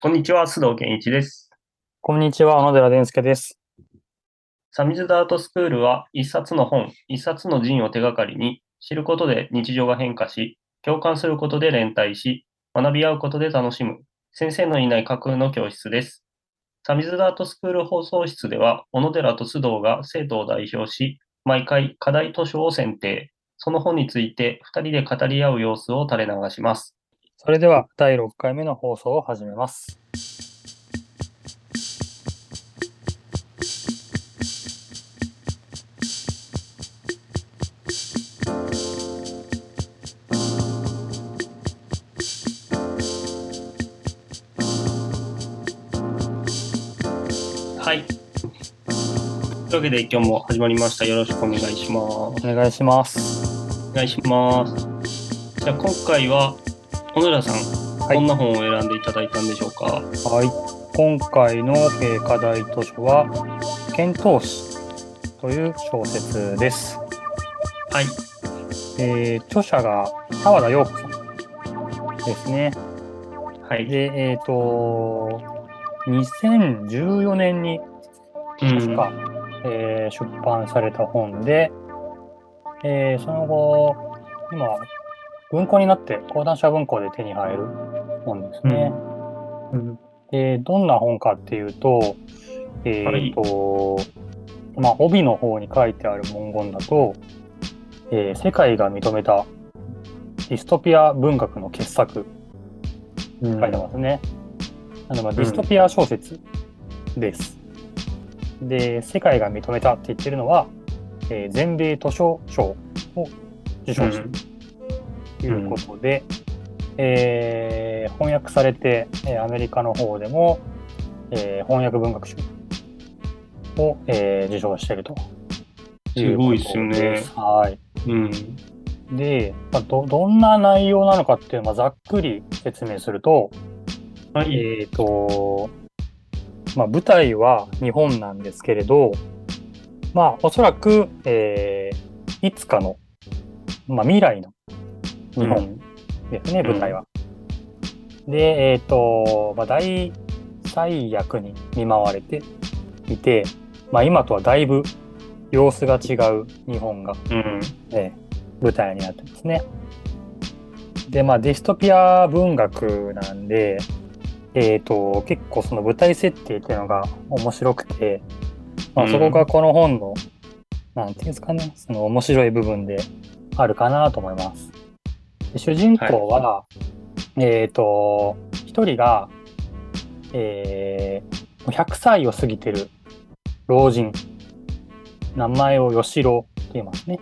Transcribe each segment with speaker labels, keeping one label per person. Speaker 1: こんにちは、須藤健一です。
Speaker 2: こんにちは、小野寺伝介です。
Speaker 1: サミズダートスクールは、一冊の本、一冊の人を手がかりに、知ることで日常が変化し、共感することで連帯し、学び合うことで楽しむ、先生のいない架空の教室です。サミズダートスクール放送室では、小野寺と須藤が生徒を代表し、毎回課題図書を選定、その本について2人で語り合う様子を垂れ流します。
Speaker 2: それでは、第6回目の放送を始めます。
Speaker 1: はい。というわけで今日も始まりました。よろしくお願いします。
Speaker 2: お願いします。
Speaker 1: お願いします。じゃあ今回は小野寺さん、
Speaker 2: はい
Speaker 1: どんな本を選んでいただいたんでしょうか。
Speaker 2: はい。今回の、えー課題図書は、検討士という小説です。
Speaker 1: はい。
Speaker 2: えー著者が、川田陽子さんですね。
Speaker 1: はい。
Speaker 2: で、えっ、と、2014年に
Speaker 1: うん。
Speaker 2: が、えー出版された本で、えーその後、今、文庫になって、講談社文庫で手に入る本ですね。
Speaker 1: うん
Speaker 2: でどんな本かっていうと、えーと、まあ、帯の方に書いてある文言だと、えー世界が認めたディストピア文学の傑作
Speaker 1: うん
Speaker 2: 書いてますね。なので、まあ、ディストピア小説です。で、世界が認めたって言ってるのは、えー全米図書賞を受賞したということで、えー翻訳されて、えーアメリカの方でも、えー翻訳文学賞を、えー受賞しているとい
Speaker 1: す
Speaker 2: うこ
Speaker 1: ご
Speaker 2: と
Speaker 1: いで
Speaker 2: で。
Speaker 1: すすよね。
Speaker 2: はい。
Speaker 1: うん。
Speaker 2: で、まあ、どどんな内容なのかっていうのをまあざっくり説明すると、
Speaker 1: はい。
Speaker 2: えっ、と、まあ、舞台は日本なんですけれど、まあ、おそらく、えーいつかの、まあ、未来の日本ですね、
Speaker 1: うん
Speaker 2: 舞台は。で、えっ、と、まあ、大最悪に見舞われていて、まあ、今とはだいぶ様子が違う日本が
Speaker 1: うん。
Speaker 2: えー舞台になってますね。で、まあ、ディストピア文学なんで、えっ、と、結構その舞台設定っていうのが面白くて、ま
Speaker 1: う
Speaker 2: あ、
Speaker 1: ん
Speaker 2: そこがこの本の、なんていうんですかね、その面白い部分であるかなと思います。で主人公は、えっ、と、一人が、えー、100歳を過ぎてる老人。名前を吉郎って言いますね。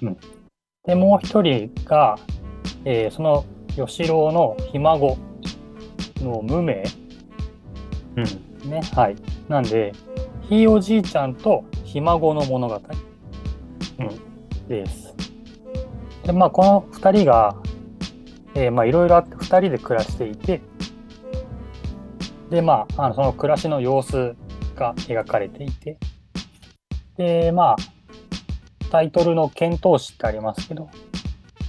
Speaker 1: うん。
Speaker 2: で、もう一人が、えーその吉郎のひ孫の無名
Speaker 1: うん。
Speaker 2: ね。はい。なんで、ひいおじいちゃんとひ孫の物語です。で、まあ、この二人が、えーまあ、いろいろあって二人で暮らしていて、で、まあ、あのその暮らしの様子が描かれていて、で、まあ、タイトルの検討士ってありますけど、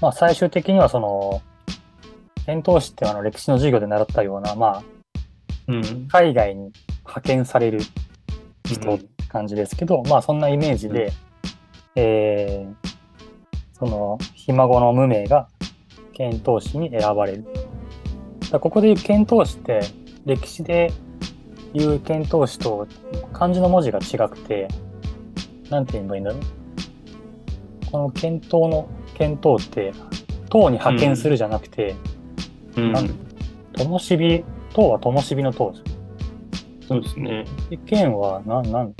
Speaker 2: まあ、最終的にはその、検討士ってあの歴史の授業で習ったような、まあ、
Speaker 1: うん。
Speaker 2: 海外に派遣される
Speaker 1: う
Speaker 2: 人
Speaker 1: ん
Speaker 2: って感じですけど、まあそんなイメージで、
Speaker 1: う
Speaker 2: えーそのひ孫の無名が遣唐使に選ばれる。だからここでいう遣唐使って歴史でいう遣唐使と漢字の文字が違くて、なんて言えばいいんだろう。この遣唐の遣唐って、唐に派遣するじゃなくて、
Speaker 1: うん
Speaker 2: なんともしび、唐はともしびの唐です
Speaker 1: そうですね。
Speaker 2: で、剣は、な、なん、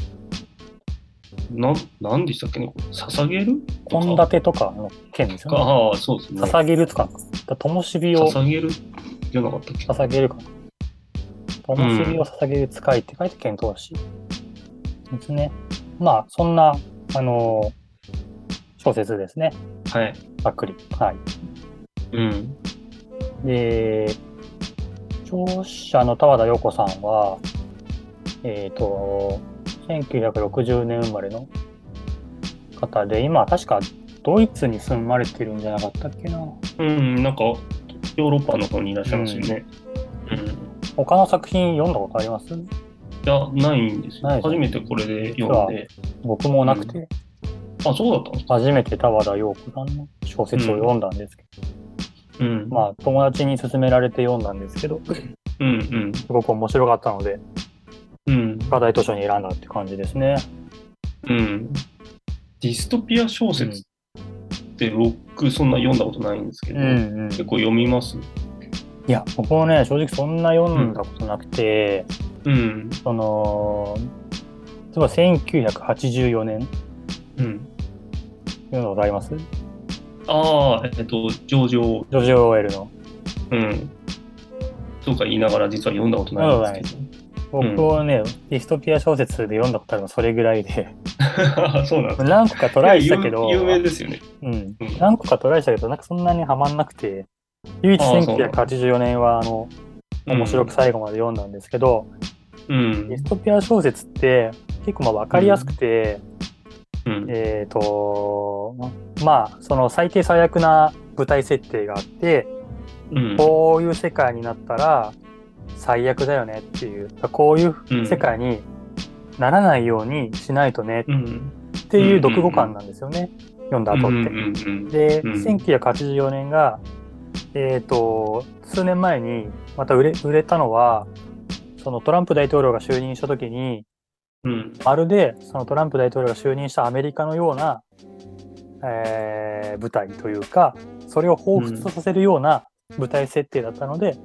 Speaker 1: な、なんでしたっけね。捧げると
Speaker 2: 献
Speaker 1: か。
Speaker 2: 立とかの剣ですよね。
Speaker 1: ああ、そうですね。
Speaker 2: 捧げるとか、だともしびを
Speaker 1: 捧げるじゃなかったっけ。
Speaker 2: 捧げるかな。ともしびを捧げる使いって書いて剣闘士ですね。まあ、そんな、あのー小説ですね。
Speaker 1: はい。
Speaker 2: ざっくり。はい。
Speaker 1: うん。
Speaker 2: で、著者の田和田陽子さんは、えっ、と、1960年生まれの方で、今、確かドイツに住まれてるんじゃなかったっけな。
Speaker 1: うん。なんか、ヨーロッパの方にいらっしゃいますよね。うん。
Speaker 2: 他の作品読んだことあります
Speaker 1: いや、ないんですよ。
Speaker 2: ないじゃん
Speaker 1: 初めてこれで読んで。
Speaker 2: 僕もなくて、
Speaker 1: あ、そうだったんですか
Speaker 2: 初めて田和田陽子さんの小説を読んだんですけど、
Speaker 1: うん。
Speaker 2: まあ友達に勧められて読んだんですけど、す
Speaker 1: うん
Speaker 2: ごく面白かったので、
Speaker 1: うん。うん。
Speaker 2: 課題図書に選んだって感じですね。
Speaker 1: うん。ディストピア小説って僕そんな読んだことないんですけど、
Speaker 2: うんうん。
Speaker 1: 結構読みます。
Speaker 2: いや、僕もね、正直そんな読んだことなくて、
Speaker 1: うん。
Speaker 2: その、例えば1984年、
Speaker 1: うん。
Speaker 2: 読んだことあります
Speaker 1: ああ、えっと、上場、
Speaker 2: ジョジョ・オーエルの。
Speaker 1: うん。とか言いながら実は読んだことないんです
Speaker 2: 僕はね、ディストピア小説で読んだことあるのそれぐらいで、
Speaker 1: けど。 そうなんです
Speaker 2: 何個かト
Speaker 1: ト
Speaker 2: ライしたけど、
Speaker 1: 有名ですよね。
Speaker 2: うん
Speaker 1: うん、
Speaker 2: 何個かトライしたけど、なんかそんなにはまんなくて、唯一
Speaker 1: ああそうなんだ
Speaker 2: 1984年は、あの、面白く最後まで読んだんですけど、
Speaker 1: うん
Speaker 2: ディストピア小説って結構まあ分かりやすくて、
Speaker 1: うん。
Speaker 2: えっ、とまあその最低最悪な舞台設定があって、
Speaker 1: うん。
Speaker 2: こういう世界になったら最悪だよねっていうこういう
Speaker 1: うん
Speaker 2: 世界にならないようにしないとね
Speaker 1: うん。
Speaker 2: っていう読語感なんですよね、読んだ後って。
Speaker 1: うんうん
Speaker 2: で、
Speaker 1: うん
Speaker 2: 1984年が、えっ、と、数年前にまた売れ売れたのは、そのトランプ大統領が就任した時に、
Speaker 1: うん。うん
Speaker 2: まるでそのトランプ大統領が就任したアメリカのような、えー舞台というか、それを彷彿とさせるような舞台設定だったので、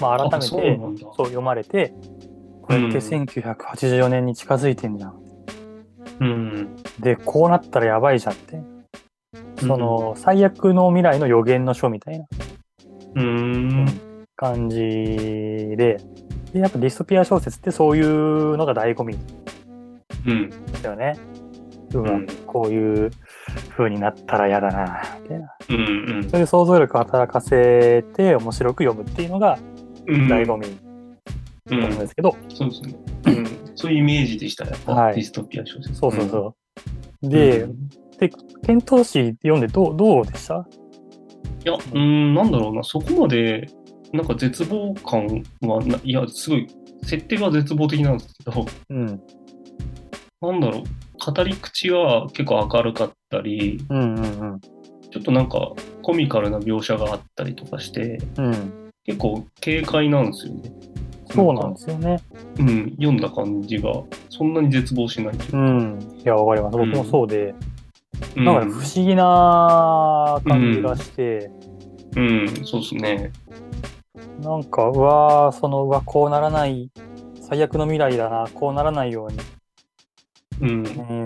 Speaker 2: まあ、改めて
Speaker 1: あそ
Speaker 2: そう
Speaker 1: なんだ
Speaker 2: う読まれて、これって1984年に近づいてんじゃん。
Speaker 1: うん。
Speaker 2: で、こうなったらやばいじゃんって。その、最悪の未来の予言の書みたいな。
Speaker 1: うん。
Speaker 2: 感じででやっぱディストピア小説ってそういうのが醍醐味
Speaker 1: うん。
Speaker 2: だよね。うわ
Speaker 1: うん
Speaker 2: こういう風になったら嫌だなみたいな
Speaker 1: うん。うん
Speaker 2: そういう想像力を働かせて面白く読むっていうのが
Speaker 1: うん。
Speaker 2: 醍醐味
Speaker 1: う
Speaker 2: なん
Speaker 1: ん
Speaker 2: で。すけど、
Speaker 1: そうですね。うん。そういうイメージでした、やっ
Speaker 2: は
Speaker 1: ぱ。
Speaker 2: い
Speaker 1: ディストピア小説。
Speaker 2: そうそうそう。
Speaker 1: うん。
Speaker 2: で
Speaker 1: う、ん
Speaker 2: 遣唐使読んでどうどうでした
Speaker 1: いや、うん、なんだろうな、そこまで、なんか絶望感はな、いや、すごい、設定が絶望的なんですけど、
Speaker 2: うん。
Speaker 1: なんだろう、語り口が結構明るかったり、
Speaker 2: うんうん
Speaker 1: ちょっとなんかコミカルな描写があったりとかして、
Speaker 2: うん。うん。
Speaker 1: 結構軽快なんですよね。
Speaker 2: そうなんですよね。
Speaker 1: うん、読んだ感じが、そんなに絶望しないという
Speaker 2: う
Speaker 1: か。
Speaker 2: ん。いや、わかります。僕もそうで、
Speaker 1: うん、
Speaker 2: なんかね不思議な感じがして、
Speaker 1: うん、そうですね。
Speaker 2: なんか、うわーその、うわ、こうならない、最悪の未来だな、こうならないように、
Speaker 1: うん、
Speaker 2: え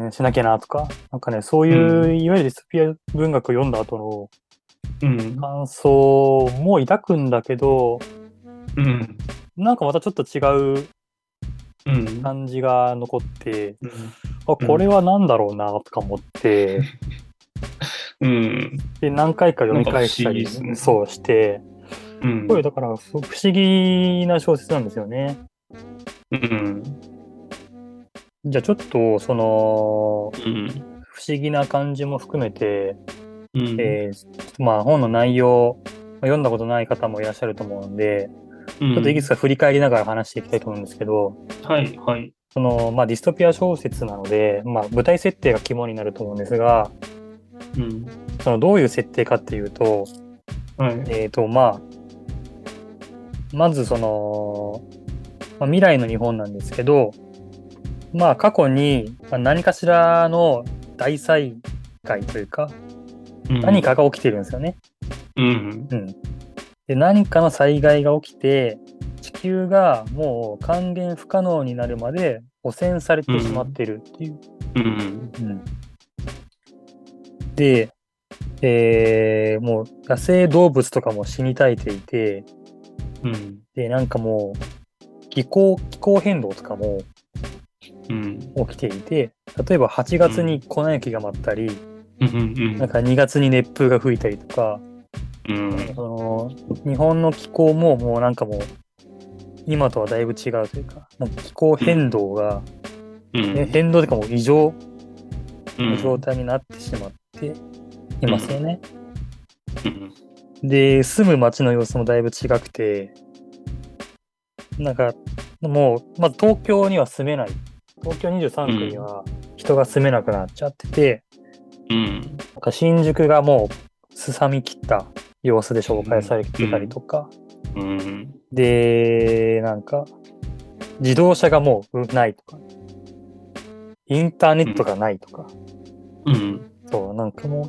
Speaker 2: ーしなきゃなとか、なんかね、そういう、いわゆるディストピア文学を読んだ後の
Speaker 1: うん、
Speaker 2: 感想も抱くんだけど、
Speaker 1: うん、
Speaker 2: なんかまたちょっと違う
Speaker 1: うん。
Speaker 2: 感じが残って、
Speaker 1: うん
Speaker 2: あ、これは何だろうな、とか思って、
Speaker 1: うん、
Speaker 2: で、何回か読み返した
Speaker 1: なん
Speaker 2: り、
Speaker 1: か不思議ですね
Speaker 2: そうして、
Speaker 1: うん
Speaker 2: これだから、ふ不思議な小説なんですよね。
Speaker 1: うん、
Speaker 2: じゃあちょっと、その、
Speaker 1: うん、
Speaker 2: 不思議な感じも含めて、
Speaker 1: うん、
Speaker 2: えーまあ、本の内容、まあ読んだことない方もいらっしゃると思うんで、
Speaker 1: うん
Speaker 2: ちょっといくつか振り返りながら話していきたいと思うんですけど、
Speaker 1: はい、はい、
Speaker 2: そのまあ、ディストピア小説なので、まあ、舞台設定が肝になると思うんですが、
Speaker 1: うん、
Speaker 2: そのどういう設定かっていうと、
Speaker 1: はい、
Speaker 2: えっ、と、まあ、まずその、まあ、未来の日本なんですけど、まあ、過去にまあ何かしらの大災害というか、
Speaker 1: うん
Speaker 2: 何、かが起きてるんですよね。
Speaker 1: うん、
Speaker 2: うん、で何かの災害が起きて地球がもう還元不可能になるまで汚染されてしまってるっていう。
Speaker 1: うん、
Speaker 2: で、えーもう野生動物とかも死に絶えていて
Speaker 1: うん、
Speaker 2: でなんかもう気候気候変動とかも
Speaker 1: うん、
Speaker 2: 起きていて例えば8月に粉雪が舞ったり、
Speaker 1: うん、
Speaker 2: なんか2月に熱風が吹いたりとか。
Speaker 1: うん、
Speaker 2: その日本の気候ももうなんかもう今とはだいぶ違うというかもう気候変動が、
Speaker 1: うん、
Speaker 2: ね変動というかもう異常
Speaker 1: うん
Speaker 2: の状態になってしまっていますよね。
Speaker 1: うん
Speaker 2: で住む町の様子もだいぶ違くてなんか、もう、まず東京には住めない。東京23区には人が住めなくなっちゃってて、
Speaker 1: うん。
Speaker 2: なんか新宿がもう、すさみきった様子で紹介されてたりとか、
Speaker 1: うん。
Speaker 2: で、なんか、自動車がもうないとか、インターネットがないとか、
Speaker 1: うん。
Speaker 2: そう、なんかも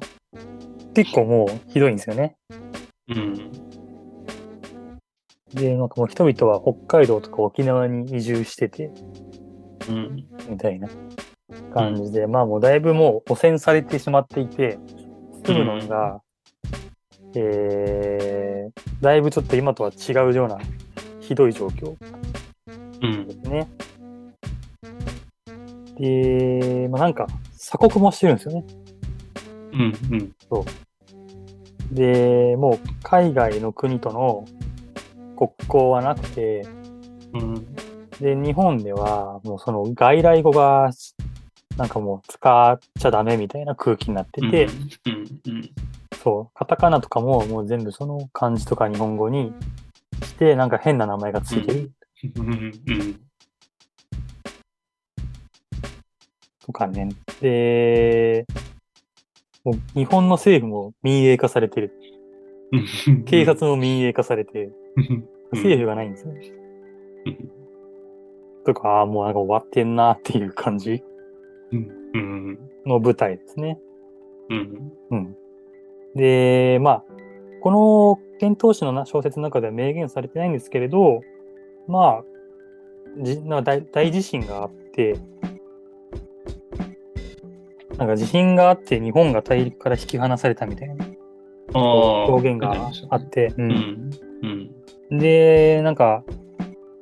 Speaker 2: う、結構もうひどいんですよね。
Speaker 1: うん。
Speaker 2: で、なんかもう人々は北海道とか沖縄に移住してて、
Speaker 1: うん。
Speaker 2: みたいな感じで、まあもうだいぶもう汚染されてしまっていて、住むのが、えー、だいぶちょっと今とは違うようなひどい状況
Speaker 1: うん
Speaker 2: ですね。で、まあなんか鎖国もしてるんですよね。
Speaker 1: うん。うん。
Speaker 2: で、もう海外の国との国交はなくて、
Speaker 1: うん。
Speaker 2: で、日本では、もうその外来語が、なんかもう使っちゃダメみたいな空気になってて、
Speaker 1: うん。うん。
Speaker 2: そう、カタカナとかももう全部その漢字とか日本語にして、なんか変な名前がついてる
Speaker 1: うん。うん。
Speaker 2: とかね。で、もう日本の政府も民営化されてる。
Speaker 1: うん
Speaker 2: 警察も民営化されて、
Speaker 1: うん
Speaker 2: 政府がないんですよね。
Speaker 1: うん
Speaker 2: とか、あーもうなんか終わってんなっていう感じ
Speaker 1: うん
Speaker 2: の舞台ですね。
Speaker 1: うん
Speaker 2: うん。で、まあ、この遣唐使のな小説の中では明言されてないんですけれど、まあ、じな大大地震があって、なんか地震があって日本が大陸から引き離されたみたいな
Speaker 1: ああ
Speaker 2: 表現があって、
Speaker 1: う
Speaker 2: うん
Speaker 1: うん
Speaker 2: で、なんか、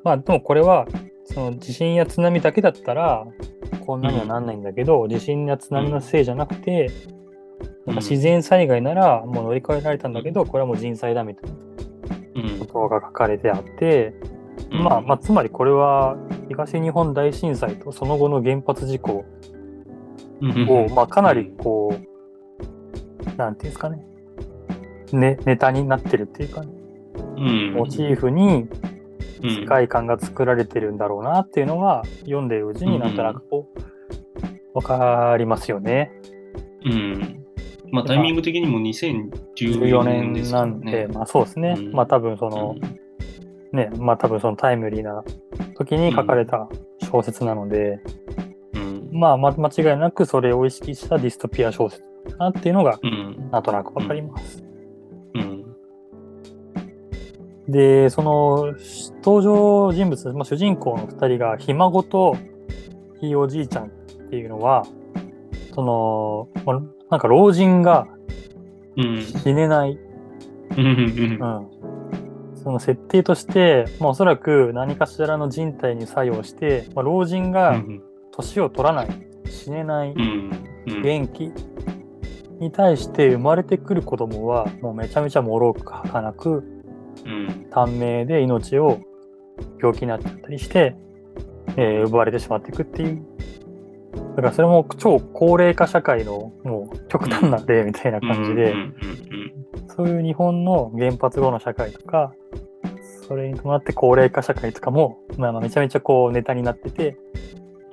Speaker 2: まあでもこれは、その地震や津波だけだったら、こんなにはなんないんだけど、地震や津波のせいじゃなくて、なんか自然災害ならもう乗り越えられたんだけど、これはもう人災だみたいな
Speaker 1: うん
Speaker 2: ことが書かれてあって、
Speaker 1: うん
Speaker 2: まあ、まあ、つまりこれは東日本大震災とその後の原発事故
Speaker 1: うん
Speaker 2: を、まあ、かなりこう、なんていうんですかね、ね、ネタになってるっていうか、ね、
Speaker 1: うん
Speaker 2: モチーフに
Speaker 1: うん
Speaker 2: 世界観が作られてるんだろうなっていうのは読んでるうちになんとなくこうわかりますよね。
Speaker 1: うんまあタイミング的にも2014
Speaker 2: 14
Speaker 1: 年で
Speaker 2: 年
Speaker 1: す
Speaker 2: な
Speaker 1: から
Speaker 2: ん
Speaker 1: ね
Speaker 2: で、まあそうですね。
Speaker 1: うん
Speaker 2: まあ多分その、ね、まあ多分そのタイムリーな時に書かれた小説なので、
Speaker 1: うん
Speaker 2: まあま間違いなくそれを意識したディストピア小説だなっていうのが
Speaker 1: うん
Speaker 2: なんとなくわかります。
Speaker 1: うん
Speaker 2: で、その登場人物、まあ、主人公の2人がひ孫とひいおじいちゃんっていうのは、その、まあなんか老人が
Speaker 1: うん
Speaker 2: 死ねない、
Speaker 1: うんうん
Speaker 2: うん、その設定として、まあ、おそらく何かしらの人体に作用して、まあ、老人
Speaker 1: う
Speaker 2: が
Speaker 1: ん
Speaker 2: 年を取らない、死ねない
Speaker 1: うん
Speaker 2: 元気に対して生まれてくる子供はもうめちゃめちゃもろく儚く
Speaker 1: うん
Speaker 2: 短命で命を病気になっちゃったりして、えー奪われてしまっていくっていうだからそれも超高齢化社会のもう極端な例みたいな感じで、
Speaker 1: うん
Speaker 2: そういう日本の原発後の社会とかそれに伴って高齢化社会とかも、まあ、まあめちゃめちゃこうネタになってて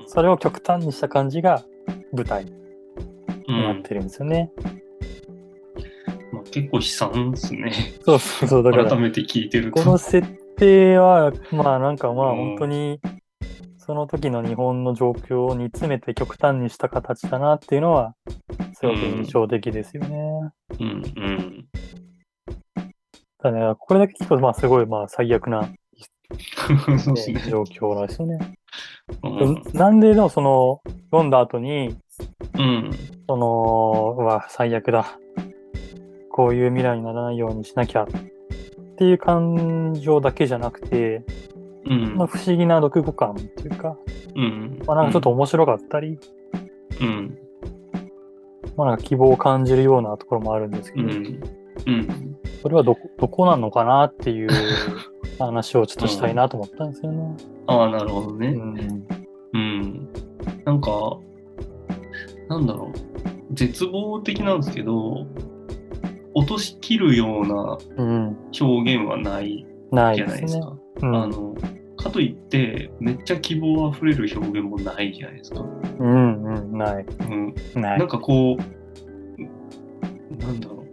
Speaker 2: それを極端にした感じが舞台に
Speaker 1: うんうん
Speaker 2: なってるんですよね。
Speaker 1: まあ結構悲惨ですね
Speaker 2: そうそうそうだから
Speaker 1: 改めて聞いてる
Speaker 2: ことの設定は、まあなんかま
Speaker 1: う
Speaker 2: あ
Speaker 1: ん
Speaker 2: 本当に、その時の日本の状況を煮詰めて極端にした形だなっていうのは、すごく印象的ですよね。
Speaker 1: うんうん
Speaker 2: だからね、これだけ聞くと、まあすごいまあ最悪な、
Speaker 1: そうです
Speaker 2: ね
Speaker 1: ね
Speaker 2: 状況なんですよね。
Speaker 1: うん
Speaker 2: なんででもその、読んだ後に、
Speaker 1: うん
Speaker 2: その、うわ、最悪だ。こういう未来にならないようにしなきゃっていう感情だけじゃなくて、
Speaker 1: うん
Speaker 2: まあ、不思議な読後感っていうか、
Speaker 1: うん
Speaker 2: まあ、なんかちょっと面白かったり、
Speaker 1: うん
Speaker 2: まあ、なんか希望を感じるようなところもあるんですけ
Speaker 1: う
Speaker 2: ど、
Speaker 1: んうん
Speaker 2: それはどこどこなのかなっ ていう話をちょっとしたいなと思ったんですよね。
Speaker 1: ああ、なるほど
Speaker 2: う
Speaker 1: ね。
Speaker 2: ん、
Speaker 1: うん。なんか、なんだろう。絶望的なんですけど、落としきるような
Speaker 2: うん、
Speaker 1: 表現はない
Speaker 2: ない
Speaker 1: じゃな
Speaker 2: で
Speaker 1: いですす
Speaker 2: ね。
Speaker 1: か。
Speaker 2: う
Speaker 1: あ
Speaker 2: ん、
Speaker 1: の、必かといって、めっちゃ希望あふれる表現もないじゃないですか。
Speaker 2: うんうん、ない。
Speaker 1: うん、
Speaker 2: な
Speaker 1: ないん。かこう、なんだろう、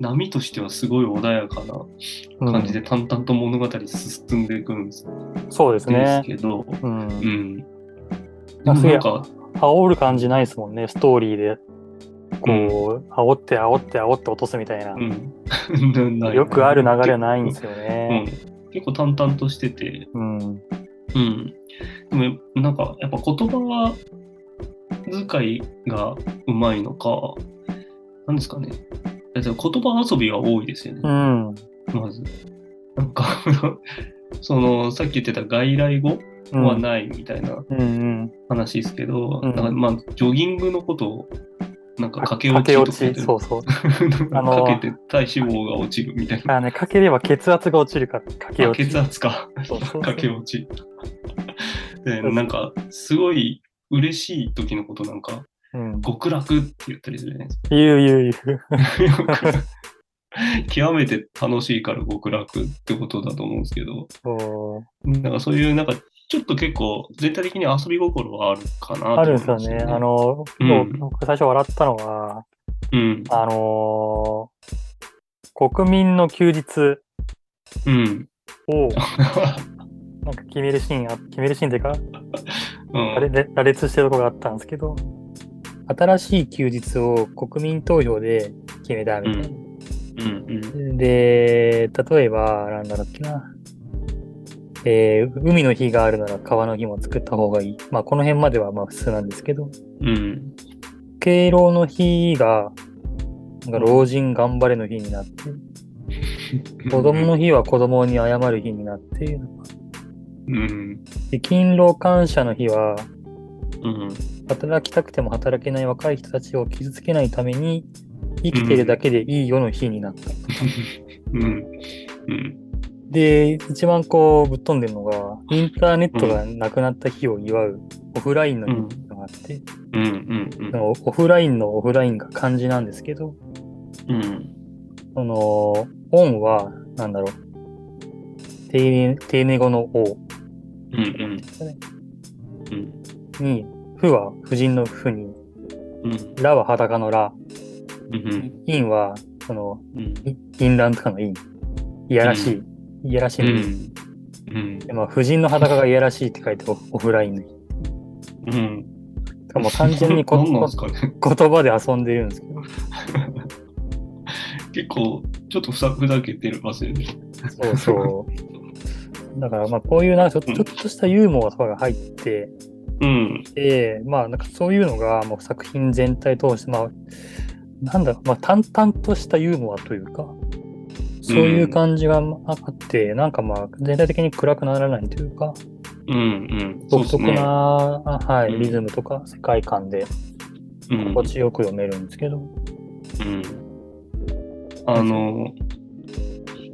Speaker 1: 波としてはすごい穏やかな感じで淡々と物語進んでいくんです
Speaker 2: うんそうです
Speaker 1: です
Speaker 2: ね。
Speaker 1: けど、
Speaker 2: うん。
Speaker 1: うん。で
Speaker 2: あ
Speaker 1: も
Speaker 2: すげえ
Speaker 1: なんか、
Speaker 2: 煽る感じないですもんね、ストーリーで。こう、煽って煽って煽って落とすみたいな。
Speaker 1: うん。 ない
Speaker 2: よくある流れないんですよね。
Speaker 1: うん、結構淡々としてて、
Speaker 2: うん。
Speaker 1: うん、でもなんかやっぱ言葉遣いがうまいのかなんですかねだって言葉遊びが多いですよ
Speaker 2: う
Speaker 1: ね、
Speaker 2: ん。
Speaker 1: まずなんか そのさっき言ってた外来語
Speaker 2: うん
Speaker 1: はないみたいな
Speaker 2: うんうん。
Speaker 1: 話ですけど、
Speaker 2: うん
Speaker 1: なんかまあジョギングのことをなんか駆け
Speaker 2: か
Speaker 1: 落ち
Speaker 2: け
Speaker 1: とか
Speaker 2: 落ち。そうそう。 あの
Speaker 1: かけて体脂肪が落ちるみたいな
Speaker 2: あのね、かければ血圧が落ちるから、かけ
Speaker 1: あ
Speaker 2: 落ち。
Speaker 1: 血圧か
Speaker 2: そうそうそう
Speaker 1: 駆け落ち。で、なんか、すごい嬉しい時のことなんか、
Speaker 2: うん。
Speaker 1: 極楽って言ったりするじゃない
Speaker 2: 言う言う言う。
Speaker 1: ですか。よく極めて楽しいから極楽ってことだと思うんですけど、
Speaker 2: そう
Speaker 1: なんかそういう、なんか、ちょっと結構、全体的に遊び心はあるかな
Speaker 2: あ
Speaker 1: と
Speaker 2: るん
Speaker 1: 思い
Speaker 2: ですよ
Speaker 1: ま
Speaker 2: ね。あ、の、
Speaker 1: うん
Speaker 2: 僕最初笑ったのは、
Speaker 1: うん。
Speaker 2: あのー国民の休日
Speaker 1: うん。
Speaker 2: をなんか決めるシーンあ、決めるシーンっていうか、
Speaker 1: うん
Speaker 2: 羅列羅列してるとこがあったんですけど、新しい休日を国民投票で決めたみたいな。
Speaker 1: うんうん
Speaker 2: で、例えば、なんだろうっけな。えー海の日があるなら川の日も作った方がいい。まあ、この辺まではまあ普通なんですけど、
Speaker 1: うん
Speaker 2: 敬老の日が、なんか老人頑張れの日になって、子供の日は子供に謝る日になって、
Speaker 1: うん
Speaker 2: で勤労感謝の日は、
Speaker 1: うん
Speaker 2: 働きたくても働けない若い人たちを傷つけないために、生きてるだけでいいよの日になった。
Speaker 1: うんうん
Speaker 2: で、一番こうぶっ飛んでるのが、インターネットがなくなった日を祝うオフラインの日っていうのがあって、
Speaker 1: うんうん
Speaker 2: そのオフラインのオフラインが漢字なんですけど、
Speaker 1: うん
Speaker 2: その、オンは、なんだろう、丁寧丁寧語の王
Speaker 1: うんうん
Speaker 2: に、フは婦人のフに、
Speaker 1: うん
Speaker 2: ラは裸のラ、
Speaker 1: うん
Speaker 2: インは、その、
Speaker 1: うん
Speaker 2: インランとかのイン。いやらしい。いやらしいのイン
Speaker 1: うん
Speaker 2: でまあ、婦人の裸がいやらしいって書いてオオフラインの日。
Speaker 1: うん
Speaker 2: かもう完全 にこ
Speaker 1: 何なんですかね
Speaker 2: 言葉で遊んでるんですけど。
Speaker 1: 結構ちょっとふざふざけてますよね。
Speaker 2: そうそう。だからまあこういうなんかちょちょっとしたユーモアとかが入って
Speaker 1: うん
Speaker 2: て、まあなんかそういうのがもう作品全体通して、まあなんだろう、まあ淡々としたユーモアというか、そういう感じがあって、なんかまあ全体的に暗くならないというか、
Speaker 1: うんうんそう
Speaker 2: 独
Speaker 1: です
Speaker 2: 特
Speaker 1: ね。
Speaker 2: な、あは
Speaker 1: う
Speaker 2: い、
Speaker 1: ん
Speaker 2: リズムとか世界観で
Speaker 1: うん
Speaker 2: 心地よく読めるんですけど、
Speaker 1: うんあの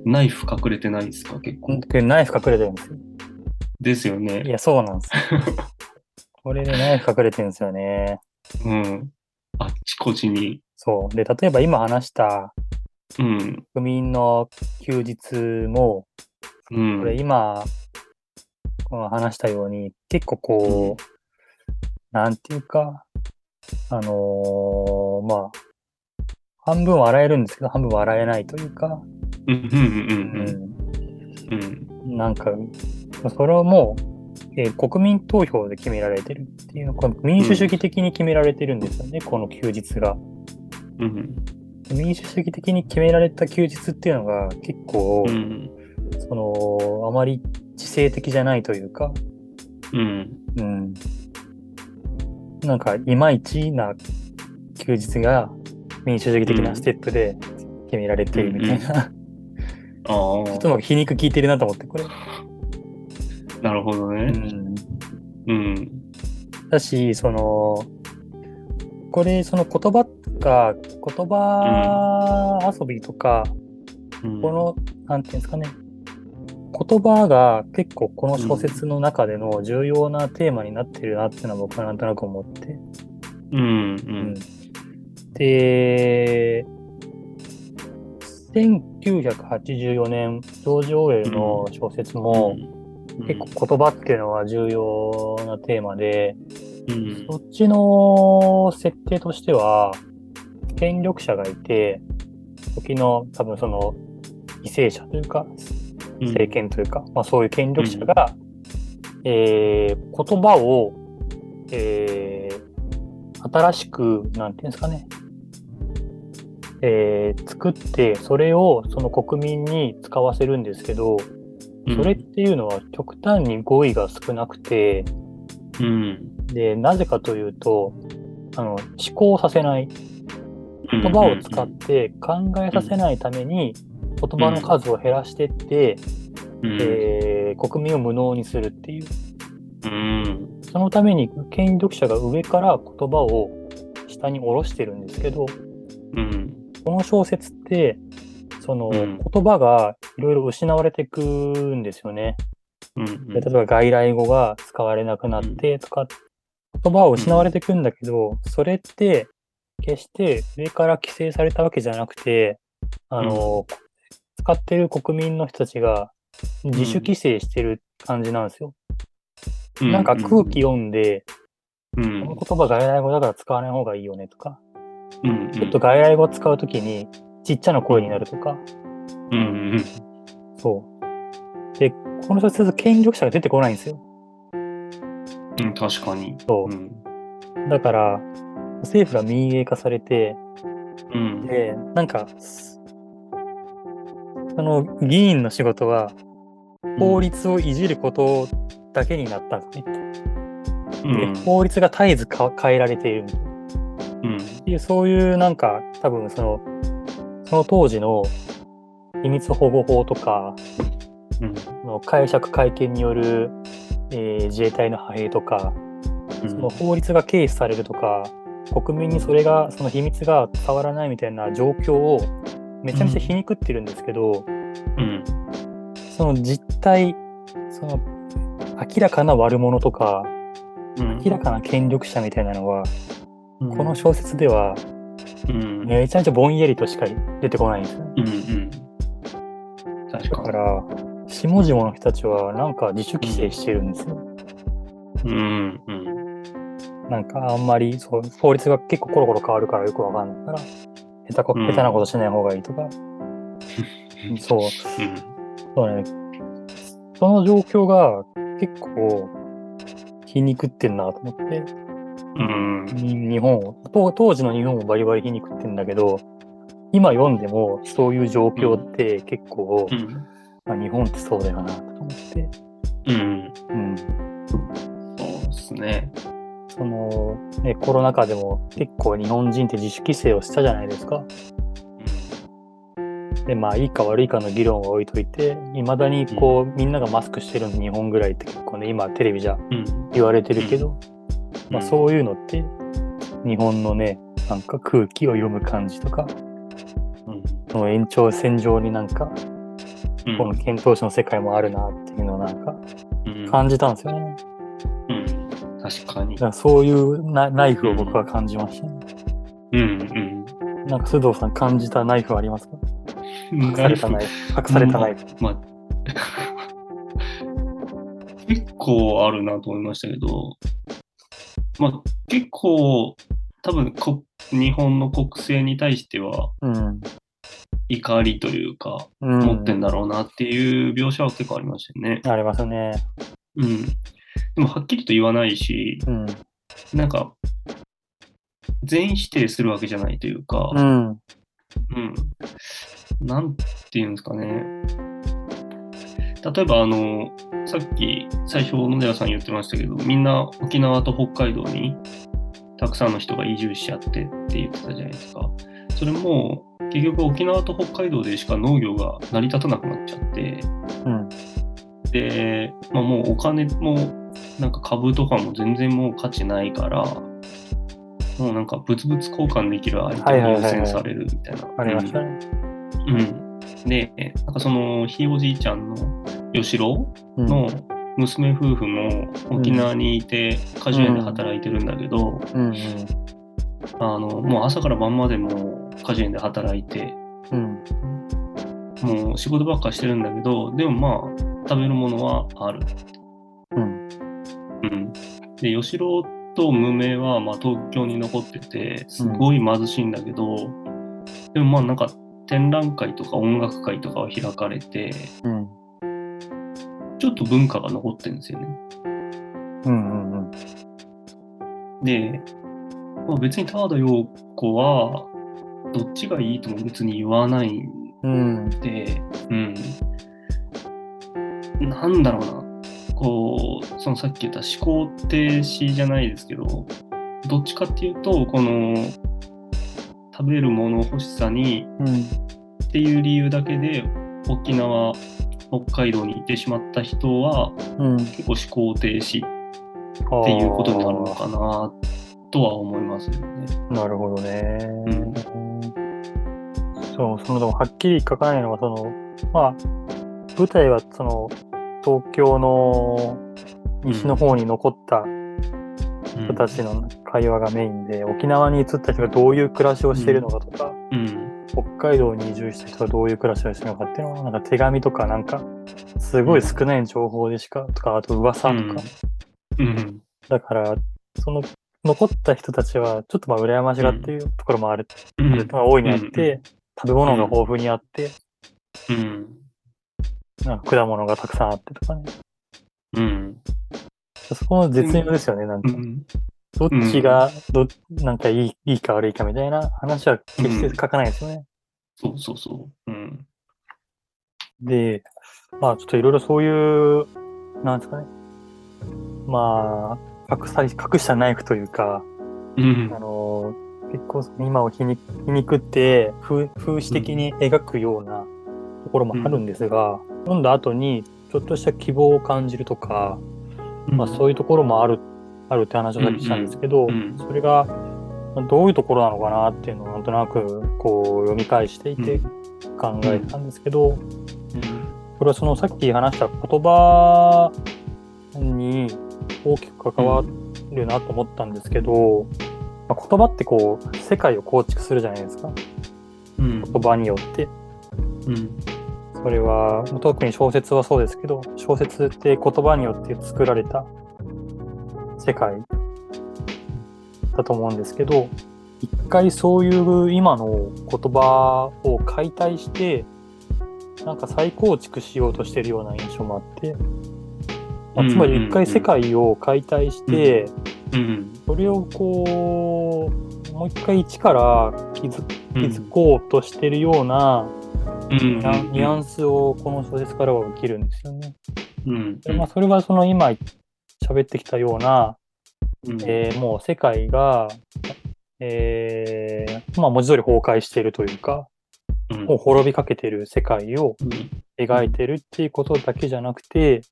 Speaker 1: ナイフ隠れてないですか結構
Speaker 2: 僕ナイフ隠れてるんですよ。
Speaker 1: ですよ
Speaker 2: い
Speaker 1: ね。
Speaker 2: や、そうなんで すよ。これでナイフ隠れてるんですよね。
Speaker 1: うんあっちこっちに
Speaker 2: そう。で、例えば今話した
Speaker 1: うん
Speaker 2: 国民の休日も、
Speaker 1: う
Speaker 2: これ
Speaker 1: ん
Speaker 2: 今、この話したように、結構こう、なんていうか、あのーまあ、半分笑えるんですけど、半分笑えないというか、
Speaker 1: うんうんう
Speaker 2: う
Speaker 1: う
Speaker 2: ん
Speaker 1: んうん
Speaker 2: ん、なんか、それはもう、えー国民投票で決められてるっていうの、この民主主義的に決められてるんですよね、この休日が。
Speaker 1: うん
Speaker 2: 民主主義的に決められた休日っていうのが結構、
Speaker 1: うん
Speaker 2: そのあまり知性的じゃないというか、
Speaker 1: うん
Speaker 2: うん、なんかいまいちな休日が民主主義的なステップで決められているみたいな、
Speaker 1: ああ
Speaker 2: ちょっとなんか皮肉効いてるなと思ってこれ、
Speaker 1: なるほど
Speaker 2: う
Speaker 1: ね。
Speaker 2: ん、
Speaker 1: うん
Speaker 2: だしそのこれその言葉が言葉遊びとか、
Speaker 1: うん
Speaker 2: このなんていうんですかね言葉が結構この小説の中での重要なテーマになってるなっていうのは僕はなんとなく思って、
Speaker 1: うん
Speaker 2: で、1984年、ジョージ・オーウェルの小説
Speaker 1: うん
Speaker 2: も、結構言葉っていうのは重要なテーマで、
Speaker 1: うん
Speaker 2: そっちの設定としては、権力者がいて、時の多分その為政者というか、
Speaker 1: うん
Speaker 2: 政権というか、まあ、そういう権力者が、えー言葉を、えー新しく、なんていうんですかね、えー作って、それをその国民に使わせるんですけど、それっていうのは極端に語彙が少なくて、
Speaker 1: うん
Speaker 2: で、なぜかというと、あの、思考させない。
Speaker 1: うん
Speaker 2: 言葉を使って考えさせないために、言葉の数を減らしてって、
Speaker 1: うん
Speaker 2: えー国民を無能にするっていう。
Speaker 1: うん
Speaker 2: そのために権力者が上から言葉を下に下ろしてるんですけど、
Speaker 1: うん
Speaker 2: この小説って、その
Speaker 1: うん
Speaker 2: 言葉がいろいろ失われてくんですよね。
Speaker 1: うん
Speaker 2: で例えば外来語が使われなくなってとか、言葉を失われてくんだけど、それって決して上から規制されたわけじゃなくて、あの、使ってる国民の人たちが自主規制してる感じなんですよ。なんか空気読んで、
Speaker 1: うん
Speaker 2: この言葉外来語だから使わない方がいいよねとか、
Speaker 1: うん
Speaker 2: ちょっと外来語使うときにちっちゃな声になるとか、
Speaker 1: うんうん
Speaker 2: そう。で、この小説権力者が出てこないんですよ。
Speaker 1: うん確かに
Speaker 2: そうう。
Speaker 1: ん
Speaker 2: だから、政府が民営化されて、
Speaker 1: うん
Speaker 2: で、なんか、すその議員の仕事は法律をいじることだけになったんですね。
Speaker 1: うん
Speaker 2: で法律が絶えずか変えられている
Speaker 1: うん
Speaker 2: っていう、そういうなんか、多分その、その当時の秘密保護法とか、
Speaker 1: うん
Speaker 2: その解釈改憲による、えー自衛隊の派兵とか、その法律が軽視されるとか、国民にそれが、その秘密が伝わらないみたいな状況をめちゃめちゃ皮肉ってるんですけど、
Speaker 1: うん
Speaker 2: その実態、その明らかな悪者とか、
Speaker 1: うん
Speaker 2: 明らかな権力者みたいなのは、
Speaker 1: うん
Speaker 2: この小説では
Speaker 1: うん
Speaker 2: めちゃめちゃぼんやりとしか出てこないんですよね。
Speaker 1: うんうん確
Speaker 2: だか、
Speaker 1: から
Speaker 2: 下々の人たちはなんか自主規制してるんですよ。
Speaker 1: にうんうん
Speaker 2: なんかあんまり、そう、法律が結構コロコロ変わるからよくわかんないから、下手こ、
Speaker 1: うん
Speaker 2: 下手なことしない方がいいとか、そう、そうね。その状況が結構皮肉ってんなと思って、
Speaker 1: うんうん
Speaker 2: に日本を当当時の日本もバリバリ皮肉ってんだけど今読んでもそういう状況って結構、
Speaker 1: うん
Speaker 2: まあ、日本ってそうだよなと思って、
Speaker 1: うん
Speaker 2: うん、
Speaker 1: そうですね
Speaker 2: その、ね、コロナ禍でも結構日本人って自主規制をしたじゃないですかでまあいいか悪いかの議論は置いといていまだにこう、みんながマスクしてるの日本ぐらいって結構ね今テレビじゃ
Speaker 1: うん
Speaker 2: 言われてるけど、まあ、
Speaker 1: う
Speaker 2: そういうのって日本のねなんか空気を読む感じとか
Speaker 1: ん
Speaker 2: その延長線上になんか
Speaker 1: うん
Speaker 2: この遣唐使の世界もあるなっていうのをなんか
Speaker 1: うん
Speaker 2: 感じたんですよね。
Speaker 1: うん確かに
Speaker 2: だからそういうナナイフを僕は感じました、ね。
Speaker 1: うん
Speaker 2: なんか須藤さん感じたナイフはありますか
Speaker 1: うん
Speaker 2: 隠されたナイフ。隠されたナイフ。
Speaker 1: まあ、結構あるなと思いましたけど、まあ、結構多分こ日本の国政に対しては
Speaker 2: うん。
Speaker 1: 怒りというか、
Speaker 2: うん、
Speaker 1: 持ってんだろうなっていう描写は結構ありましたよね。
Speaker 2: ありますね。
Speaker 1: うん。でもはっきりと言わないし、
Speaker 2: うん。
Speaker 1: なんか、全否定するわけじゃないというか、
Speaker 2: うん。
Speaker 1: うん。なんていうんですかね。例えば、あの、さっき最初、野寺さん言ってましたけど、みんな沖縄と北海道にたくさんの人が移住しちゃってって言ってたじゃないですか。それも、結局沖縄と北海道でしか農業が成り立たなくなっちゃって、
Speaker 2: うん。
Speaker 1: で、まあ、もうお金も、なんか株とかも全然もう価値ないから、もうなんか物々交換できる相手が優先されるみたいな。
Speaker 2: ありましたね。
Speaker 1: うん。で、なんかそのひいおじいちゃんの吉郎
Speaker 2: うん。
Speaker 1: の娘夫婦も沖縄にいて果樹園で働いてるんだけど、
Speaker 2: うん。
Speaker 1: あのもう朝から晩までもう果樹園で働いて
Speaker 2: うん。
Speaker 1: もう仕事ばっかしてるんだけどでもまあ食べるものはある。
Speaker 2: うん。
Speaker 1: うん、で吉郎と無名はまあ東京に残っててすごい貧しいんだけど、でもまあなんか展覧会とか音楽会とかは開かれて
Speaker 2: うん。
Speaker 1: ちょっと文化が残ってるんですよね。
Speaker 2: うん。うん。
Speaker 1: で、まあ、別に田和田陽子はどっちがいいとも別に言わないん
Speaker 2: うん。
Speaker 1: で、うん、なんだろうなこうそのさっき言った思考停止じゃないですけどどっちかっていうとこの食べるもの欲しさに
Speaker 2: うん。
Speaker 1: っていう理由だけで沖縄北海道に行ってしまった人は
Speaker 2: うん。って
Speaker 1: 結構思考停止っ
Speaker 2: い
Speaker 1: ていうことになるのかなとは思いますね。
Speaker 2: なるほどね。
Speaker 1: うん
Speaker 2: そう、そのでもはっきり書かないのは、その、まあ、舞台はその、東京の西の方に残った
Speaker 1: うん
Speaker 2: 人たちの会話がメインで、沖縄に移った人がどういう暮らしをしているのかとか、
Speaker 1: うん
Speaker 2: 北海道に移住した人がどういう暮らしをしているのかっていうのは、なんか手紙とかなんか、すごい少ない情報でしか、とか、あと噂とか、
Speaker 1: うん
Speaker 2: だから、その、残った人たちは、ちょっとまあ、羨ましがっていうところもある
Speaker 1: うん
Speaker 2: まあ、大いにあって、食べ物が豊富にあって、
Speaker 1: うん
Speaker 2: なんか果物がたくさんあってとかね。
Speaker 1: うん
Speaker 2: そこの絶妙ですよね、なん
Speaker 1: う
Speaker 2: か。
Speaker 1: ん
Speaker 2: どっちが、ど、なんかいい、いいか悪いかみたいな話は決して書かないですよね。
Speaker 1: そうそうそう。うん。
Speaker 2: で、まあちょっといろいろそういう、なんですかね。まあ、隠さ、隠したナイフというか、
Speaker 1: うん
Speaker 2: あの、結構その今を皮肉皮肉って風、風刺的に描くようなところもあるんですが、読んだ後に、ちょっとした希望を感じるとか、まあ、そういうところもあるあるって話をさっきしたんですけど、
Speaker 1: うんうん
Speaker 2: それがまあどういうところなのかなっていうのをなんとなくこう読み返していて考えたんですけど、これはそのさっき話した言葉に大きく関わるなと思ったんですけど、まあ、言葉ってこう世界を構築するじゃないですか
Speaker 1: うん
Speaker 2: 言葉によって。
Speaker 1: うん
Speaker 2: それは特に小説はそうですけど小説って言葉によって作られた世界だと思うんですけど一回そういう今の言葉を解体してなんか再構築しようとしてるような印象もあって、まあつまり一回世界を解体して、
Speaker 1: うん
Speaker 2: それをこうもう一回一から築築こうとしてるような、ニャニュアンスをこの小説からは受けるんですよね。
Speaker 1: うん
Speaker 2: でまあ、それはその今喋ってきたような、
Speaker 1: うん
Speaker 2: えーもう世界が、えーまあ、文字通り崩壊しているというかもう滅びかけている世界を描いてるっていうことだけじゃなくて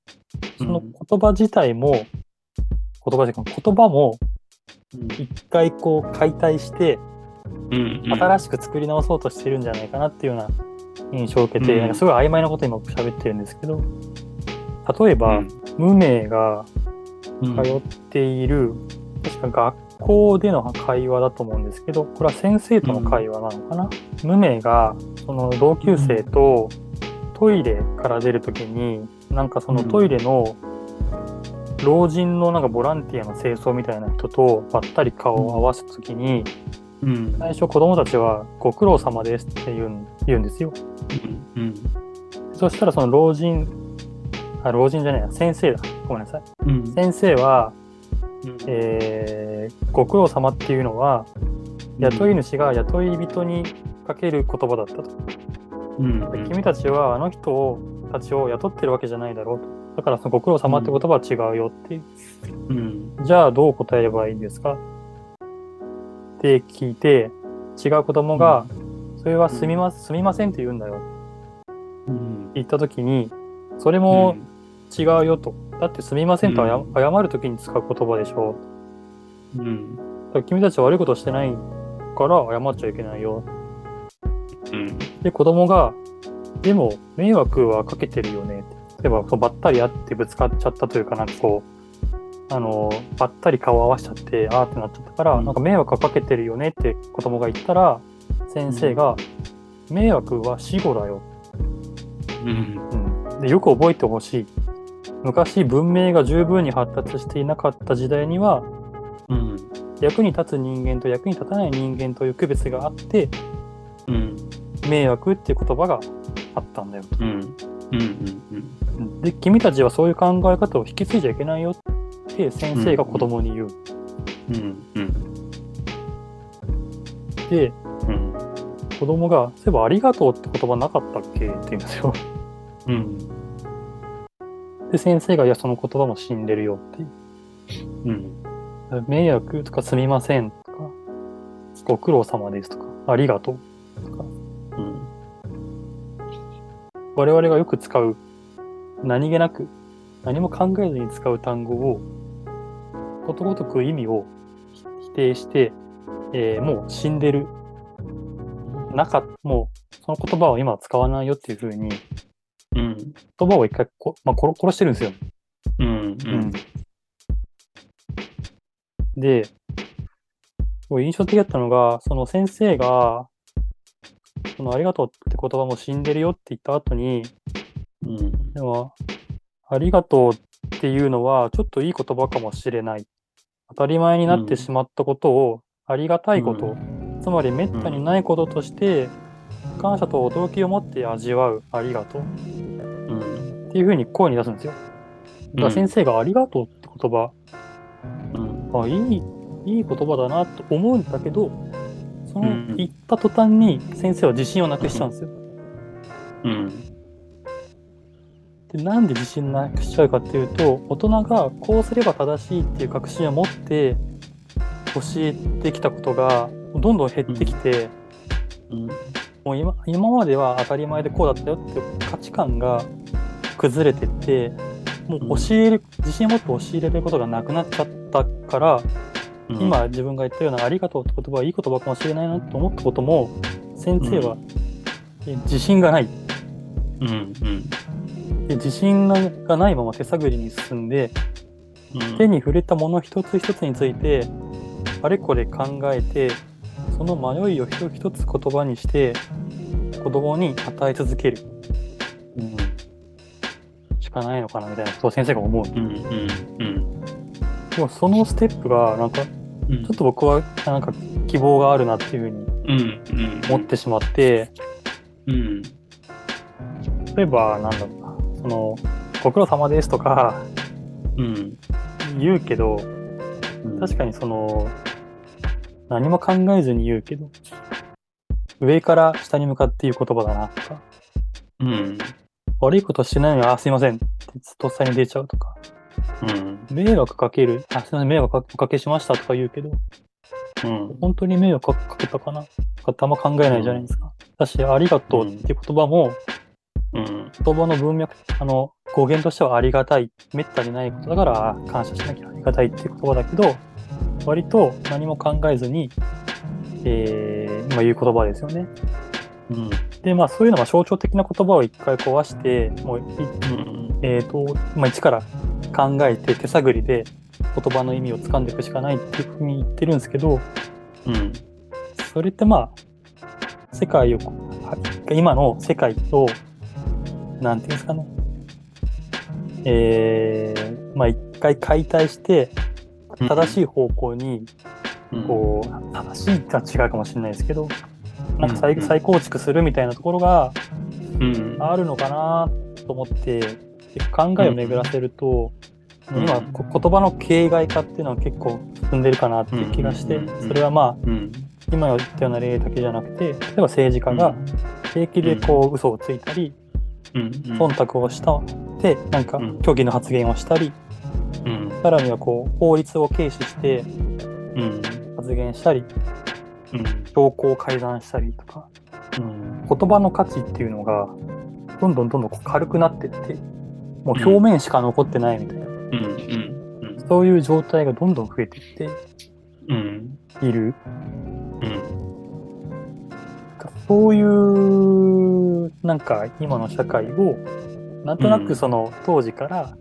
Speaker 2: その言葉自体も言葉じゃない言葉も一回こう解体して新しく作り直そうとしてるんじゃないかなっていうような印象を受けて、
Speaker 1: うん
Speaker 2: なんかすごい曖昧なこと今僕喋ってるんですけど例えば、無名が通っている、確か学校での会話だと思うんですけど、これは先生との会話なのかな、無名が、その同級生とトイレから出るときに、なんかそのトイレの老人のなんかボランティアの清掃みたいな人とばったり顔を合わせたときに、最初子供たちはご苦労様ですって言うん言うんですよ。そしたらその老人、あ、老人じゃないな、先生だ。ごめんなさい。先生は、えーご苦労様っていうのは雇い主が雇い人にかける言葉だったと、で君たちはあの人をたちを雇ってるわけじゃないだろうとだからそのご苦労様って言葉は違うよっていう、じゃあどう答えればいいんですかって聞いて違う子供が、それはすみますすみませんって言うんだよって言った時にそれも違うよと、だってすみませんと謝,、
Speaker 1: うん
Speaker 2: 謝る時に使う言葉でしょうだから君たちは悪いことしてないから謝っちゃいけないよ。で、子供が、でも迷惑はかけてるよねって。例えば、こうばったり会ってぶつかっちゃったというかなんかこう、あの、ばったり顔を合わしちゃって、あーってなっちゃったから、
Speaker 1: うん
Speaker 2: なんか迷惑はかけてるよねって子供が言ったら、先生が、迷惑は死後だよ。うん。でよく覚えてほしい昔文明が十分に発達していなかった時代には
Speaker 1: うん。
Speaker 2: 役に立つ人間と役に立たない人間という区別があって
Speaker 1: うん。
Speaker 2: 迷惑っていう言葉があったんだよ
Speaker 1: うん。うん。うん。
Speaker 2: で君たちはそういう考え方を引き継いじゃいけないよって先生が子供に言う、
Speaker 1: うん。うん。
Speaker 2: で
Speaker 1: うん。
Speaker 2: 子供が「そういえばありがとうって言葉なかったっけ?」って言うんですよ
Speaker 1: うん。
Speaker 2: で先生が「いやその言葉も死んでるよ」っていう
Speaker 1: うん。
Speaker 2: 迷惑とかすみませんとかご苦労様ですとかありがとう
Speaker 1: うん。
Speaker 2: 我々がよく使う何気なく何も考えずに使う単語をことごとく意味をひ否定して、えーもう死んでるなかもうその言葉を今は使わないよっていうふうに
Speaker 1: うん。
Speaker 2: 言葉を一回こ、まあ、殺殺してるんですよ。
Speaker 1: うん。うん。
Speaker 2: で、すごい印象的だったのが、その先生が、そのありがとうって言葉も死んでるよって言った後に、
Speaker 1: うん。
Speaker 2: でも、ありがとうっていうのは、ちょっといい言葉かもしれない。当たり前になっ
Speaker 1: う
Speaker 2: て
Speaker 1: ん
Speaker 2: しまったことを、ありがたいこと、
Speaker 1: う
Speaker 2: つまり滅多にないこととして、感謝と驚きを持って味わう、ありがとう
Speaker 1: うん。
Speaker 2: っていうふうに声に出すんですよ。だから先生がありがとうって言葉、
Speaker 1: うん。
Speaker 2: あいいいい言葉だなと思うんだけどそ
Speaker 1: うんう
Speaker 2: の
Speaker 1: ん
Speaker 2: 言った途端に先生は自信をなくしちゃうんですよ。
Speaker 1: うん。
Speaker 2: でなんで自信なくしちゃうかっていうと大人がこうすれば正しいっていう確信を持って教えてきたことがどんどん減ってきて、
Speaker 1: うん。
Speaker 2: もう今今までは当たり前でこうだったよっていう価値観が崩れてってもう教える自信を持って教えれることがなくなっちゃったから
Speaker 1: うん。
Speaker 2: 今自分が言ったような「ありがとう」って言葉はいい言葉かもしれないなと思ったことも先生は、え自信がない
Speaker 1: うん。うん。
Speaker 2: で自信ががないまま手探りに進んで
Speaker 1: うん。
Speaker 2: 手に触れたもの一つ一つについてあれこれ考えてその迷いを一つ一つ言葉にして子供に与え続ける
Speaker 1: うん。
Speaker 2: しかないのかなみたいなことを先生が思う
Speaker 1: うん。うん。
Speaker 2: でもそのステップがなんかち
Speaker 1: うん。
Speaker 2: ょっと僕はなんか希望があるなっていうふうに
Speaker 1: うん。うん。
Speaker 2: 思ってしまって。
Speaker 1: うん。
Speaker 2: 例えば、なんだろうな、その、ご苦労様ですとか
Speaker 1: うん。
Speaker 2: 言うけど、確
Speaker 1: か
Speaker 2: かにその、何も考えずに言うけど、上から下に向かって言う言葉だなとか、
Speaker 1: に。うん。
Speaker 2: 悪いことしてないのに、あ、すいませんってとっさに出ちゃうとか、
Speaker 1: うん。
Speaker 2: 迷惑かける、あ、すいません、迷惑おかけしましたとか言うけど、
Speaker 1: うん。
Speaker 2: 本当に迷惑かけたかなとかってあんま考えないじゃないですか。だし、ありがとうっていう言葉も、
Speaker 1: うん。
Speaker 2: 言葉の文脈あの語源としてはありがたいめったにないことだから感謝しなきゃありがたいっていう言葉だけど割と何も考えずに、えーまあ、言う言葉ですよね。
Speaker 1: うん。
Speaker 2: でまあそういうのは象徴的な言葉を一回壊してもうい、
Speaker 1: うん。
Speaker 2: えーとまあ、一から考えて手探りで言葉の意味を掴んでいくしかないっていうふうに言ってるんですけど
Speaker 1: うん。
Speaker 2: それってまあ世界をこうは今の世界となんていうんですかねえー、まあ一回解体して
Speaker 1: うん
Speaker 2: 正しい方向に
Speaker 1: うん
Speaker 2: こう、正しいとは違うかもしれないですけどなんか
Speaker 1: う
Speaker 2: 再
Speaker 1: んうん
Speaker 2: 再構築するみたいなところが
Speaker 1: うん。
Speaker 2: あるのかなと思ってで考えを巡らせると、
Speaker 1: うん
Speaker 2: 今こ言葉の形骸化っていうのは結構進んでるかなっていう気がして、
Speaker 1: うんうんうんうん
Speaker 2: それはまあ
Speaker 1: うん。
Speaker 2: 今言ったような例だけじゃなくて例えば政治家が平気でこう嘘をついたり
Speaker 1: うん。
Speaker 2: 忖度をしたってなんか
Speaker 1: うん
Speaker 2: 虚偽の発言をしたり
Speaker 1: うん。
Speaker 2: さらにはこう法律を軽視して
Speaker 1: うん。
Speaker 2: 発言したり
Speaker 1: うん。
Speaker 2: 証拠を改ざんしたりとか
Speaker 1: うん。
Speaker 2: 言葉の価値っていうのがどんどんどんどんこう軽くなってってもう表面しか残ってないみたいな
Speaker 1: うん。うん。
Speaker 2: そういう状態がどんどん増えていっ
Speaker 1: うん。
Speaker 2: ている
Speaker 1: うん。
Speaker 2: そういうなんか今の社会をなんとなくその当時から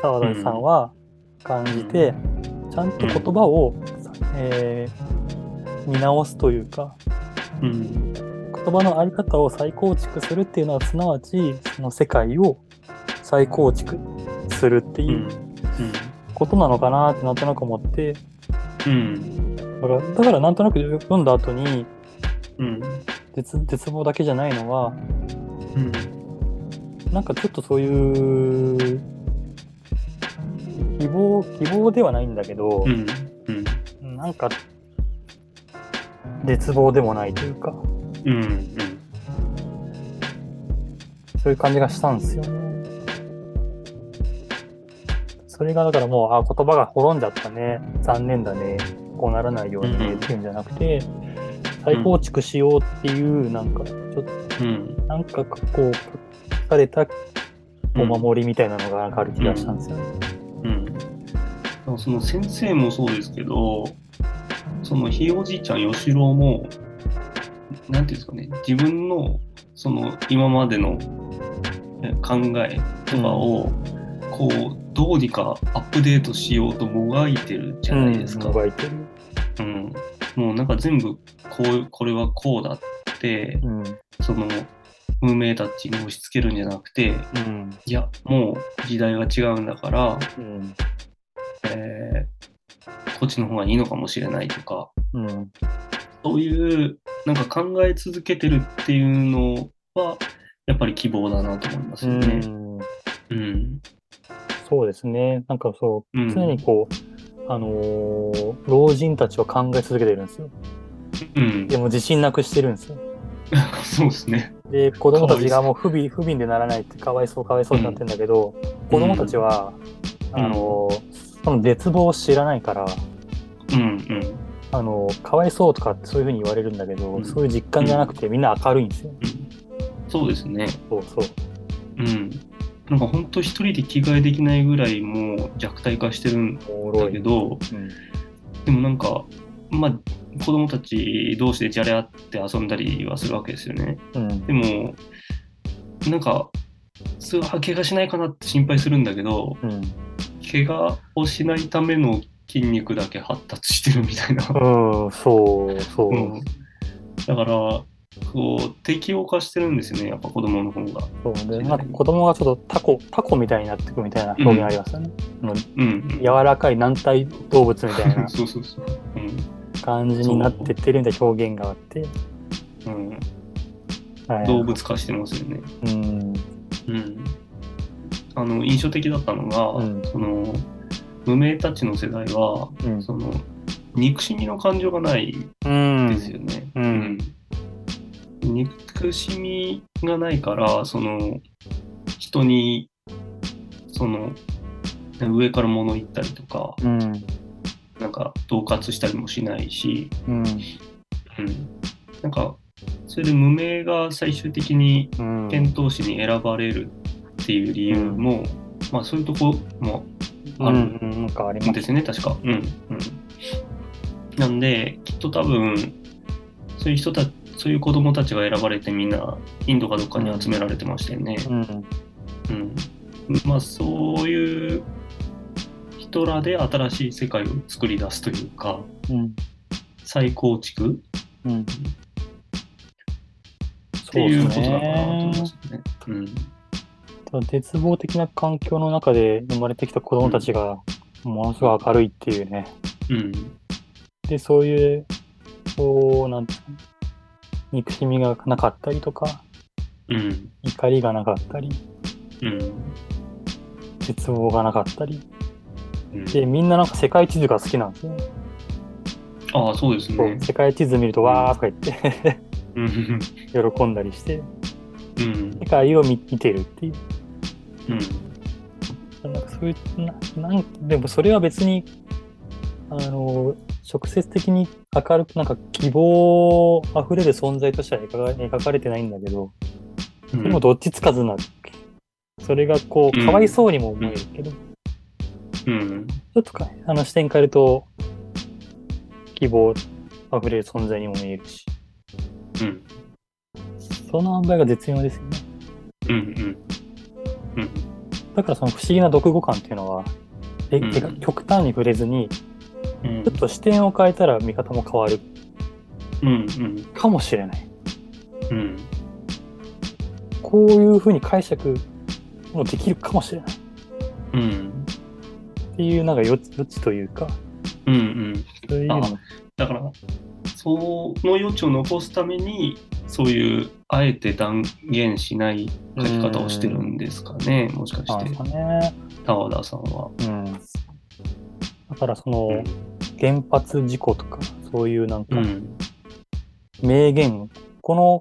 Speaker 2: 澤田さんは感じて、ちゃんと言葉を、えー見直すというか
Speaker 1: うん。
Speaker 2: 言葉の在り方を再構築するっていうのはすなわちその世界を再構築するって
Speaker 1: う
Speaker 2: い
Speaker 1: ん
Speaker 2: うことなのかなってなんとなく思って
Speaker 1: うん
Speaker 2: だからだからなんとなく読んだ後に
Speaker 1: うん
Speaker 2: 絶絶望だけじゃないのは
Speaker 1: うん
Speaker 2: なんかちょっとそういう希望希望ではないんだけど、
Speaker 1: うんうん
Speaker 2: なんか絶望でもないというか
Speaker 1: うんうん
Speaker 2: そういう感じがしたんですよね。それがだからもうあ言葉が滅んじゃったね残念だねこうならないようにね
Speaker 1: うん
Speaker 2: っていうんじゃなくて再構築しようっていうなんかちょっと
Speaker 1: うん
Speaker 2: なんかこう隠されたお
Speaker 1: うん
Speaker 2: 守りみたいなのがなんかある気がしたんですよね。
Speaker 1: うん、その先生もそうですけどそのひいおじいちゃん吉郎もなんていうんですかね自分のその今までのえ考えとかをこうどうにかアップデートしようともがいてるじゃないですか。
Speaker 2: うん動いてる
Speaker 1: うん、もうなんか全部こうこれはこうだって
Speaker 2: うん
Speaker 1: その運命たちに押し付けるんじゃなくて
Speaker 2: うん
Speaker 1: いやもう時代は違うんだから
Speaker 2: うん
Speaker 1: えーこっちの方がいいのかもしれないとか、
Speaker 2: うん
Speaker 1: そういう、なんか考え続けてるっていうのは、やっぱり希望だなと思いますよね。うん。
Speaker 2: そうですねなんかそうう常
Speaker 1: ん。
Speaker 2: にこう、あのー老人たちは考え続けてるんですよ
Speaker 1: うん
Speaker 2: で。も自信なくしてるんですよ
Speaker 1: そうですね。
Speaker 2: で子供た
Speaker 1: かわい
Speaker 2: ち
Speaker 1: そ
Speaker 2: が
Speaker 1: う
Speaker 2: もう不憫不憫でならないってかわいそうかわいそうになってんだけど、子供たちは、
Speaker 1: うん
Speaker 2: あのーその絶望を知らないから
Speaker 1: うん
Speaker 2: あのーかわいそうとかってそういうふうに言われるんだけど、
Speaker 1: うん
Speaker 2: そういう実感じゃなくてみんな明るいんですよ、
Speaker 1: うんうん。そうですね。
Speaker 2: そうそう
Speaker 1: うん。なんか本当一人で着替えできないぐらいもう弱体化してるん
Speaker 2: おもろ
Speaker 1: だ
Speaker 2: い
Speaker 1: けど、
Speaker 2: うん
Speaker 1: でもなんか、まあ、子供たち同士でじゃれ合って遊んだりはするわけですよね。
Speaker 2: うん
Speaker 1: でも、なんか、すごい怪我しないかなって心配するんだけど、
Speaker 2: うん
Speaker 1: 怪我をしないための筋肉だけ発達してるみたいな。
Speaker 2: うん、そう、そう。
Speaker 1: うん、だから、こう、適応化してるんですよね、やっぱ子供の方が。
Speaker 2: そうで、なんか子供がちょっとタコ、タコみたいになってくみたいな表現ありますよね。
Speaker 1: うん。
Speaker 2: 柔らかい軟体動物みたいな
Speaker 1: そうそうそう。
Speaker 2: 感じになってってるみたいな表現があって。
Speaker 1: うん。うん、
Speaker 2: はい、
Speaker 1: 動物化してますよね。
Speaker 2: うん。
Speaker 1: うん。あの、印象的だったのが、
Speaker 2: うん
Speaker 1: その、無名たちの世代は、
Speaker 2: うん。
Speaker 1: その、憎しみの感情がない
Speaker 2: うん。
Speaker 1: ですよね。
Speaker 2: うん
Speaker 1: うん憎しみがないから、その、人に、その、上から物言ったりとか、
Speaker 2: うん。
Speaker 1: なんか、恫喝したりもしないし、
Speaker 2: うん。
Speaker 1: うん。なんか、それで無名が最終的に
Speaker 2: うん。
Speaker 1: 遣唐使に選ばれるっていう理由も、まあ、そういうとこも
Speaker 2: う
Speaker 1: ある
Speaker 2: ん。なんかあります。
Speaker 1: ですね、確か。うん。うん、なんで、きっと多分、そういう人たそういう子供たちが選ばれてみんな、インドかどっかに集められてましたよね。
Speaker 2: うん。
Speaker 1: うん。まあ、そういう人らで新しい世界を作り出すというか、
Speaker 2: うん。
Speaker 1: 再構築
Speaker 2: うん。
Speaker 1: っ
Speaker 2: そ
Speaker 1: て
Speaker 2: う
Speaker 1: いう
Speaker 2: で
Speaker 1: こ
Speaker 2: す
Speaker 1: となのかなと思いま
Speaker 2: ね
Speaker 1: す。よね。うん。
Speaker 2: 絶望的な環境の中で生まれてきた子供たちが、ものすごい明るいっていうね。
Speaker 1: うん。
Speaker 2: で、そういう、こう、なんていうの憎しみがなかったりとか、
Speaker 1: うん。
Speaker 2: 怒りがなかったり、
Speaker 1: うん。
Speaker 2: 絶望がなかったり。
Speaker 1: うん
Speaker 2: で、みんななんか世界地図が好きなんですね。
Speaker 1: ああ、そうです
Speaker 2: そう
Speaker 1: ね。
Speaker 2: 世界地図見ると、わーとか言って、
Speaker 1: うん。
Speaker 2: 喜んだりして、
Speaker 1: うん
Speaker 2: 世。界を見見てるっていう。
Speaker 1: うん。
Speaker 2: なんかそういう、ななんでもそれは別に、あの、直接的に明るく、なんか希望あふれる存在としては描か描かれてないんだけど、
Speaker 1: うん
Speaker 2: でもどっちつかずなそれがこ
Speaker 1: う
Speaker 2: う、
Speaker 1: ん
Speaker 2: かわいそうにも思えるけど、ち
Speaker 1: うん。
Speaker 2: ょっとか、あの視点変えると、希望あふれる存在にも見えるし、
Speaker 1: うん。
Speaker 2: その塩梅が絶妙ですよね。
Speaker 1: うん。うん。
Speaker 2: だからその不思議な読語感っていうのは、え
Speaker 1: うん
Speaker 2: てか極端に触れずに、ち
Speaker 1: うん
Speaker 2: ょっと視点を変えたら見方も変わる
Speaker 1: うんうん
Speaker 2: かもしれない。
Speaker 1: うん
Speaker 2: こういうふうに解釈ことできるかもしれない
Speaker 1: うん。
Speaker 2: っていうなんか余地余地というか
Speaker 1: うんうん。
Speaker 2: そういうのも
Speaker 1: だから、その余地を残すために、そういう、あえて断言しない書き方をしてるんですかね、もしか
Speaker 2: なん
Speaker 1: し
Speaker 2: で
Speaker 1: て
Speaker 2: す、かね、
Speaker 1: 田和田さんは。
Speaker 2: うん、だからその、
Speaker 1: うん
Speaker 2: 原発事故とかそういうなんか
Speaker 1: うん。
Speaker 2: 名言、この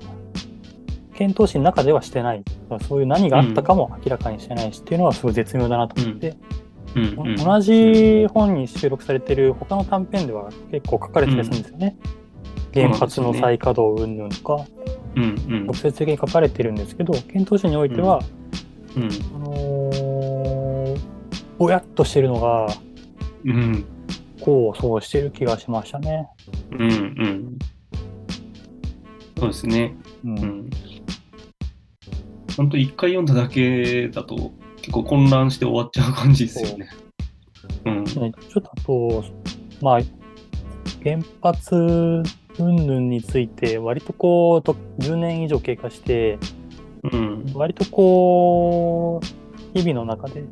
Speaker 2: 検討士の中ではしてないそういう何があったかも明らかにしてないし、っていうのはすごい絶妙だなと思って、
Speaker 1: うんうん。
Speaker 2: 同じ本に収録されてる他の短編では結構書かれてたりするんですよね。
Speaker 1: うん
Speaker 2: 原発の再稼働云々とか、
Speaker 1: うんうん
Speaker 2: 直接的に書かれてるんですけど検討士においては、
Speaker 1: うん
Speaker 2: あのーぼやっとしてるのが
Speaker 1: うん
Speaker 2: こうそうしてる気がしましたね。
Speaker 1: うんうん。そうですね。
Speaker 2: うん
Speaker 1: うん。本当一回読んだだけだと結構混乱して終わっちゃう感じですよね。うん。
Speaker 2: ね、ちょっとあと、まあ、原発云々について、割とこうと、10年以上経過して、
Speaker 1: うん。
Speaker 2: 割とこう、日々の中で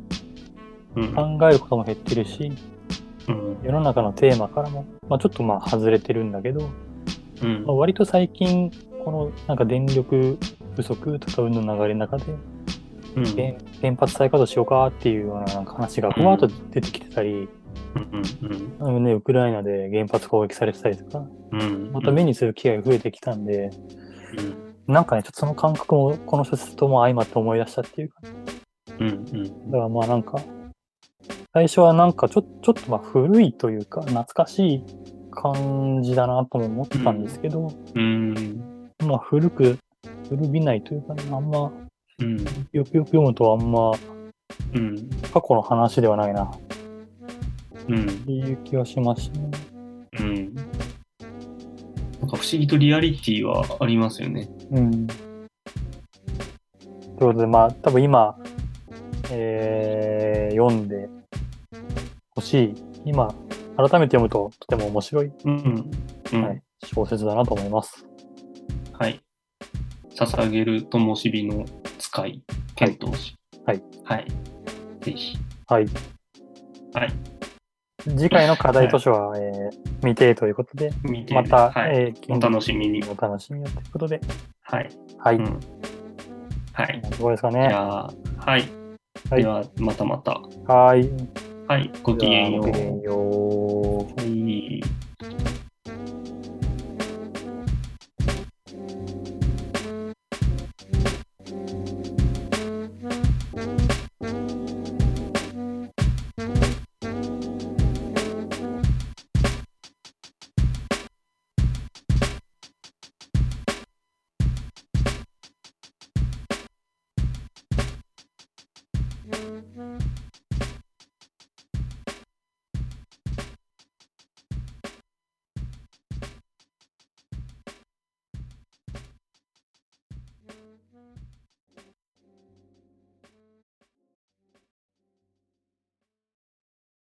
Speaker 1: うん。
Speaker 2: 考えることも減ってるし、
Speaker 1: うん。
Speaker 2: 世の中のテーマからも、まあ、ちょっとまあ外れてるんだけど、
Speaker 1: うん
Speaker 2: まあ、。割と最近、このなんか電力不足とか運の流れの中で、
Speaker 1: うん。
Speaker 2: 原原発再稼働しようかっていうようななんか話がふわっと出てきてたり、
Speaker 1: うん。
Speaker 2: あのね、ウクライナで原発攻撃されてたりとか、
Speaker 1: うん。
Speaker 2: また目にする機会が増えてきたんで、
Speaker 1: うん。
Speaker 2: なんかね、ちょっとその感覚もこの小説とも相まって思い出したっていうか、だ
Speaker 1: うん。
Speaker 2: からまあなんか、最初はなんかちょちょっとまあ古いというか、懐かしい感じだなとも思ったんですけど、
Speaker 1: うん。
Speaker 2: まあ古く、古びないというかね、あんま、
Speaker 1: うん。
Speaker 2: よくよく読むとあんま
Speaker 1: うん。
Speaker 2: 過去の話ではないなっ
Speaker 1: うん。
Speaker 2: ていう気がしましたね。
Speaker 1: うん。なんか不思議とリアリティはありますよね。
Speaker 2: うん。ということで、まあ、多分今、えー読んでほしい、今、改めて読むととても面白い、
Speaker 1: うん。うん。
Speaker 2: はい小説だなと思います。
Speaker 1: はい。捧げる灯火の使い、剣闘士。
Speaker 2: はい。
Speaker 1: はい。ぜひ。
Speaker 2: はい。
Speaker 1: はい。
Speaker 2: 次回の課題図書は、えー未定ということで、
Speaker 1: 見て、
Speaker 2: また、
Speaker 1: はい、
Speaker 2: えー
Speaker 1: お楽しみに。
Speaker 2: お楽しみにということで、
Speaker 1: はい。
Speaker 2: はい。
Speaker 1: うんはい。
Speaker 2: どこですか
Speaker 1: じ
Speaker 2: ね。
Speaker 1: ゃあ、はい。
Speaker 2: はい
Speaker 1: では、またまた。
Speaker 2: はい。
Speaker 1: はい。ごきげんよ
Speaker 2: じゃあごきげん
Speaker 1: う。
Speaker 2: よう。
Speaker 1: はい。